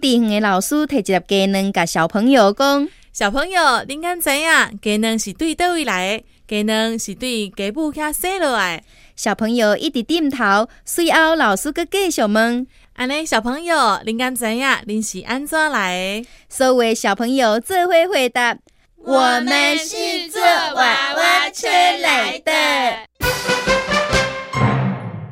地园的老师摕一粒鸡卵，甲小朋友讲。小朋友，恁敢知影鸡卵是对倒位来的？鸡卵是对鸡母遐生落来的。小朋友一直点头，随后老师阁继续问。安尼，小朋友，恁敢知影恁是安怎来的？所有的小朋友这回回答：我们是坐娃娃车来的。